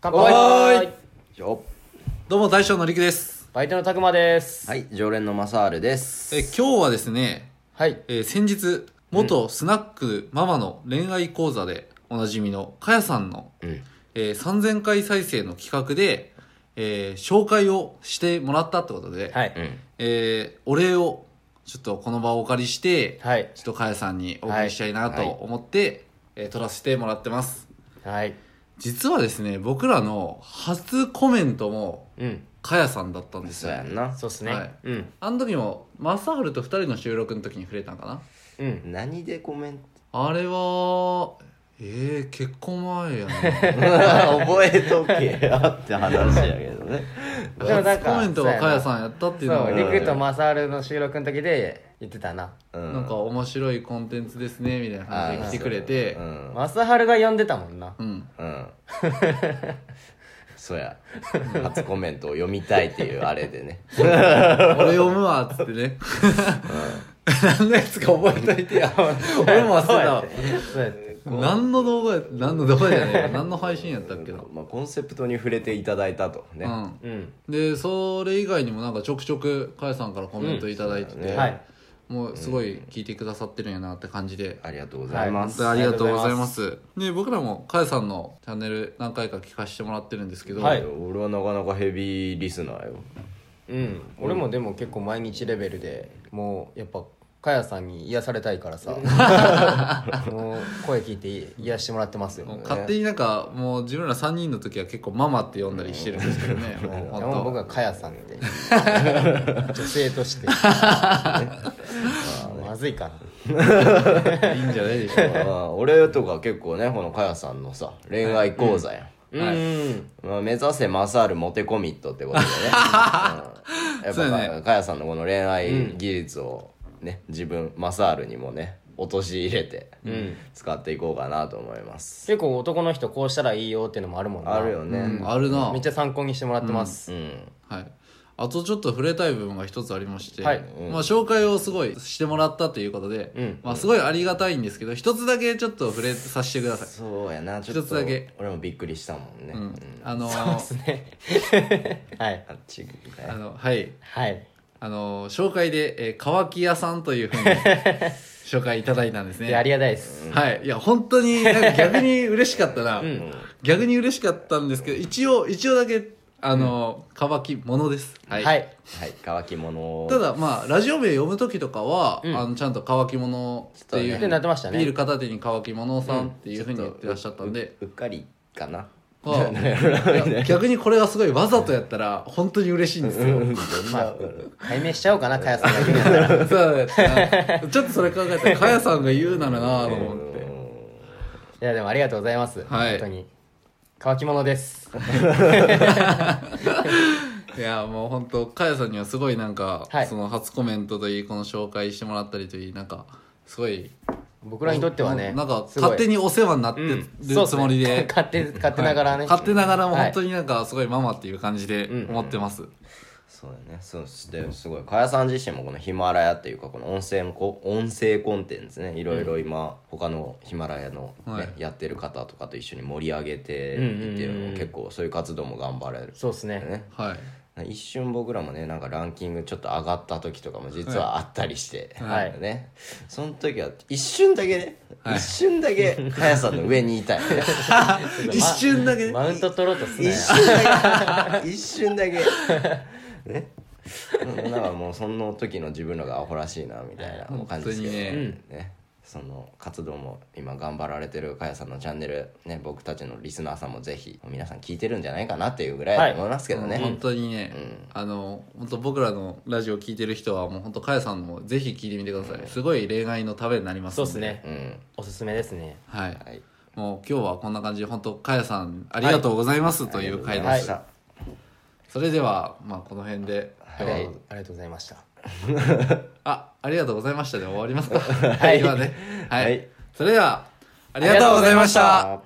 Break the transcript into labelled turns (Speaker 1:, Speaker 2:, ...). Speaker 1: 乾
Speaker 2: はー
Speaker 1: 杯
Speaker 2: い
Speaker 3: よ
Speaker 2: どうも大将のりくです、
Speaker 1: バイトのたくまです
Speaker 3: っはい常連のマサールです
Speaker 2: えー今日はですね、
Speaker 1: はい
Speaker 2: えー先日元スナックママの恋愛講座でおなじみのかやさんの、
Speaker 3: うん
Speaker 2: えー3000回再生の企画で、えー紹介をしてもらったってことで、
Speaker 1: は
Speaker 3: う
Speaker 1: い
Speaker 3: ん
Speaker 2: えーお礼をちょっとこの場をお借りして、
Speaker 1: はい
Speaker 2: ちょっとかやさんにお送りしたいなと思って、えー撮らせてもらってます
Speaker 1: はい
Speaker 2: 実はですね僕らの初コメントも
Speaker 1: うん
Speaker 2: かやさんだったんです
Speaker 3: そう
Speaker 2: よ
Speaker 3: やんな
Speaker 1: そうっすね、
Speaker 2: はい
Speaker 1: うん
Speaker 2: あの時も、マサハルと二人の収録の時に触れたんかな
Speaker 1: うん
Speaker 3: 何でコメント
Speaker 2: あれは、えー、結婚 前や ね。
Speaker 3: 覚えとけよって話やけどね
Speaker 1: でもなん
Speaker 2: 初
Speaker 1: か
Speaker 2: コメントがかやさんやったっていうの
Speaker 1: そ
Speaker 2: は、
Speaker 1: う
Speaker 3: ね
Speaker 1: リクとマサールの収録の時で言ってたな
Speaker 3: うん
Speaker 2: なんか面白いコンテンツですね、みたいな話で来てくれて
Speaker 3: う、ん
Speaker 1: マサハルが呼んでたもんな
Speaker 2: うん。
Speaker 3: うんそうや初コメントを読みたいっていうあれで ね
Speaker 2: 俺読むわ、つってね。 何のやつか覚えといてや。俺も忘れたわ。
Speaker 1: そうやって
Speaker 2: 何の動画や、何の動画じゃな いよ何の配信やったっけな。
Speaker 3: まあコンセプトに触れていただいたとね、
Speaker 2: うん。
Speaker 1: うん
Speaker 2: で、それ以外にもなんかちょくちょくかやさんからコメントいただいて
Speaker 3: うんそうだ
Speaker 2: て
Speaker 3: ね、
Speaker 1: はい
Speaker 2: もうすごい聞いてくださってるんやなって感じで、
Speaker 3: ありがとうございます、
Speaker 2: ありがとうございます。ね、僕らも、かやさんのチャンネル何回か聞かせてもらってるんですけど、
Speaker 1: はい
Speaker 3: 俺はなかなかヘビーリスナーよ
Speaker 1: うん俺もでも結構毎日レベルでもうやっぱかやさんに癒されたい からさもう声聞いて癒してもらってますよ
Speaker 2: もう勝手になんか、もう自分ら3人の時は結構ママって呼んだりしてるんですけどね、もう
Speaker 1: いやもう僕
Speaker 2: 本
Speaker 1: はかやさんで女性としてまずいかな
Speaker 2: 当いいんじゃないでしょうか。
Speaker 3: まあ俺とか結構ねこのかやさんのさ恋愛講座やん、
Speaker 1: うん
Speaker 3: まあ、目指せマサールモテコミットってことで ね、
Speaker 2: そう
Speaker 3: うん、
Speaker 2: や
Speaker 3: やっぱかやさんのこの恋愛技術をね自分マサールにもね陥れて使っていこうかなと思います、
Speaker 1: 結構男の人こうしたらいいよっていうのもあるもんな
Speaker 3: あるよね、
Speaker 2: うんあるな。
Speaker 1: めっちゃ参考にしてもらってます、
Speaker 3: うん
Speaker 2: はい。あとちょっと触れたい部分が一つありまして、
Speaker 1: はい
Speaker 2: まあ紹介をすごいしてもらったということで、
Speaker 1: うん
Speaker 2: まあすごいありがたいんですけど、一つだけちょっと触れさせてください。
Speaker 3: そうやなちょっと
Speaker 2: 一つだけ
Speaker 3: 俺もびっくりしたもんね、
Speaker 2: う
Speaker 3: うんん、
Speaker 2: あのー
Speaker 1: はい
Speaker 3: あっち
Speaker 2: あの、はい。
Speaker 1: はい
Speaker 2: あのー紹介で、えー乾き屋さんというふ うに紹介いただいたんですね。
Speaker 1: でありがたいです、
Speaker 2: はい。いや、本当に、なんか逆に嬉しかったな。逆に嬉しかったんですけど、一応、一応だけ、あのー乾き物です。は。
Speaker 1: はいい、
Speaker 3: はい乾き物を
Speaker 2: ただ、まあ、ラジオ名読むときとかは、あの、ちゃんと乾き物っていう
Speaker 3: そうだね
Speaker 2: ふうに。
Speaker 1: ってなってましたね
Speaker 2: ビール片手に乾き物さんっていうふうに言ってらっしゃったんで。
Speaker 3: うっかりかな
Speaker 2: あいや逆にこれがすごいわざとやったら、本当に嬉しいんですよ。
Speaker 1: まあ解明しちゃおうかなかやさんだけにはなら
Speaker 2: そうだねちょっとそれ考えたら、かやさんが言うならなぁと思って。
Speaker 1: いやでもありがとうございます、
Speaker 2: はい
Speaker 1: 本当に乾き物です
Speaker 2: いやもう本当かやさんにはすごいなんか、
Speaker 1: はい
Speaker 2: その初コメントといいこの紹介してもらったりといいなんかすごい
Speaker 1: 僕らにとってはね
Speaker 2: なんか
Speaker 1: すごい
Speaker 2: 勝手にお世話になって
Speaker 1: う
Speaker 2: る
Speaker 1: んそうっす
Speaker 2: つもりで、
Speaker 1: ね勝手勝手ながらね、
Speaker 2: 勝手ながらも
Speaker 1: はい
Speaker 2: 本当になんかすごいママっていう感じで思ってます、
Speaker 3: そうだねそしてすごい加谷さん自身もこのヒマラヤっていうかこの音声こ音声コンテンツねいろいろ今他のヒマラヤの、ね
Speaker 2: はい
Speaker 3: やってる方とかと一緒に盛り上げていて、結構そういう活動も頑張れる
Speaker 1: そうですね
Speaker 3: ね
Speaker 2: はい
Speaker 3: 一瞬僕らもねなんかランキングちょっと上がった時とかも実はあったりして、
Speaker 1: はい
Speaker 3: はいねその時は一瞬だけね、
Speaker 2: はい
Speaker 3: 一瞬だけ加谷さんの上にいたい
Speaker 2: 一瞬だけね
Speaker 1: マウント取ろうとすな
Speaker 3: 一
Speaker 1: よ
Speaker 3: 瞬だけ一瞬だけねうんなんかもうその時の自分らがアホらしいなみたいな感じですけど
Speaker 2: 本当に
Speaker 3: ねその活動も今頑張られてるかやさんのチャンネル、ね、僕たちのリスナーさんもぜひ皆さん聞いてるんじゃないかなっていうぐらいだと思いますけどね、
Speaker 2: 本当にね、あの本当僕らのラジオ聞いてる人はもう本当かやさんもぜひ聞いてみてください、すごい恋愛のためになります
Speaker 1: そ
Speaker 2: ん
Speaker 1: うですね、
Speaker 3: うん
Speaker 1: おすすめですね
Speaker 2: はい、
Speaker 3: はい
Speaker 2: もう今日はこんな感じで本当かやさんありがとうございますという回で
Speaker 3: ありがとうございま
Speaker 2: し、
Speaker 3: したた
Speaker 2: それではまあこの辺で
Speaker 1: ありがとうありがとうございました
Speaker 2: あ、ありがとうございましたで終わりますか。
Speaker 1: い
Speaker 2: 今ね。は
Speaker 3: はいい。
Speaker 2: それでは、ありがとうございました。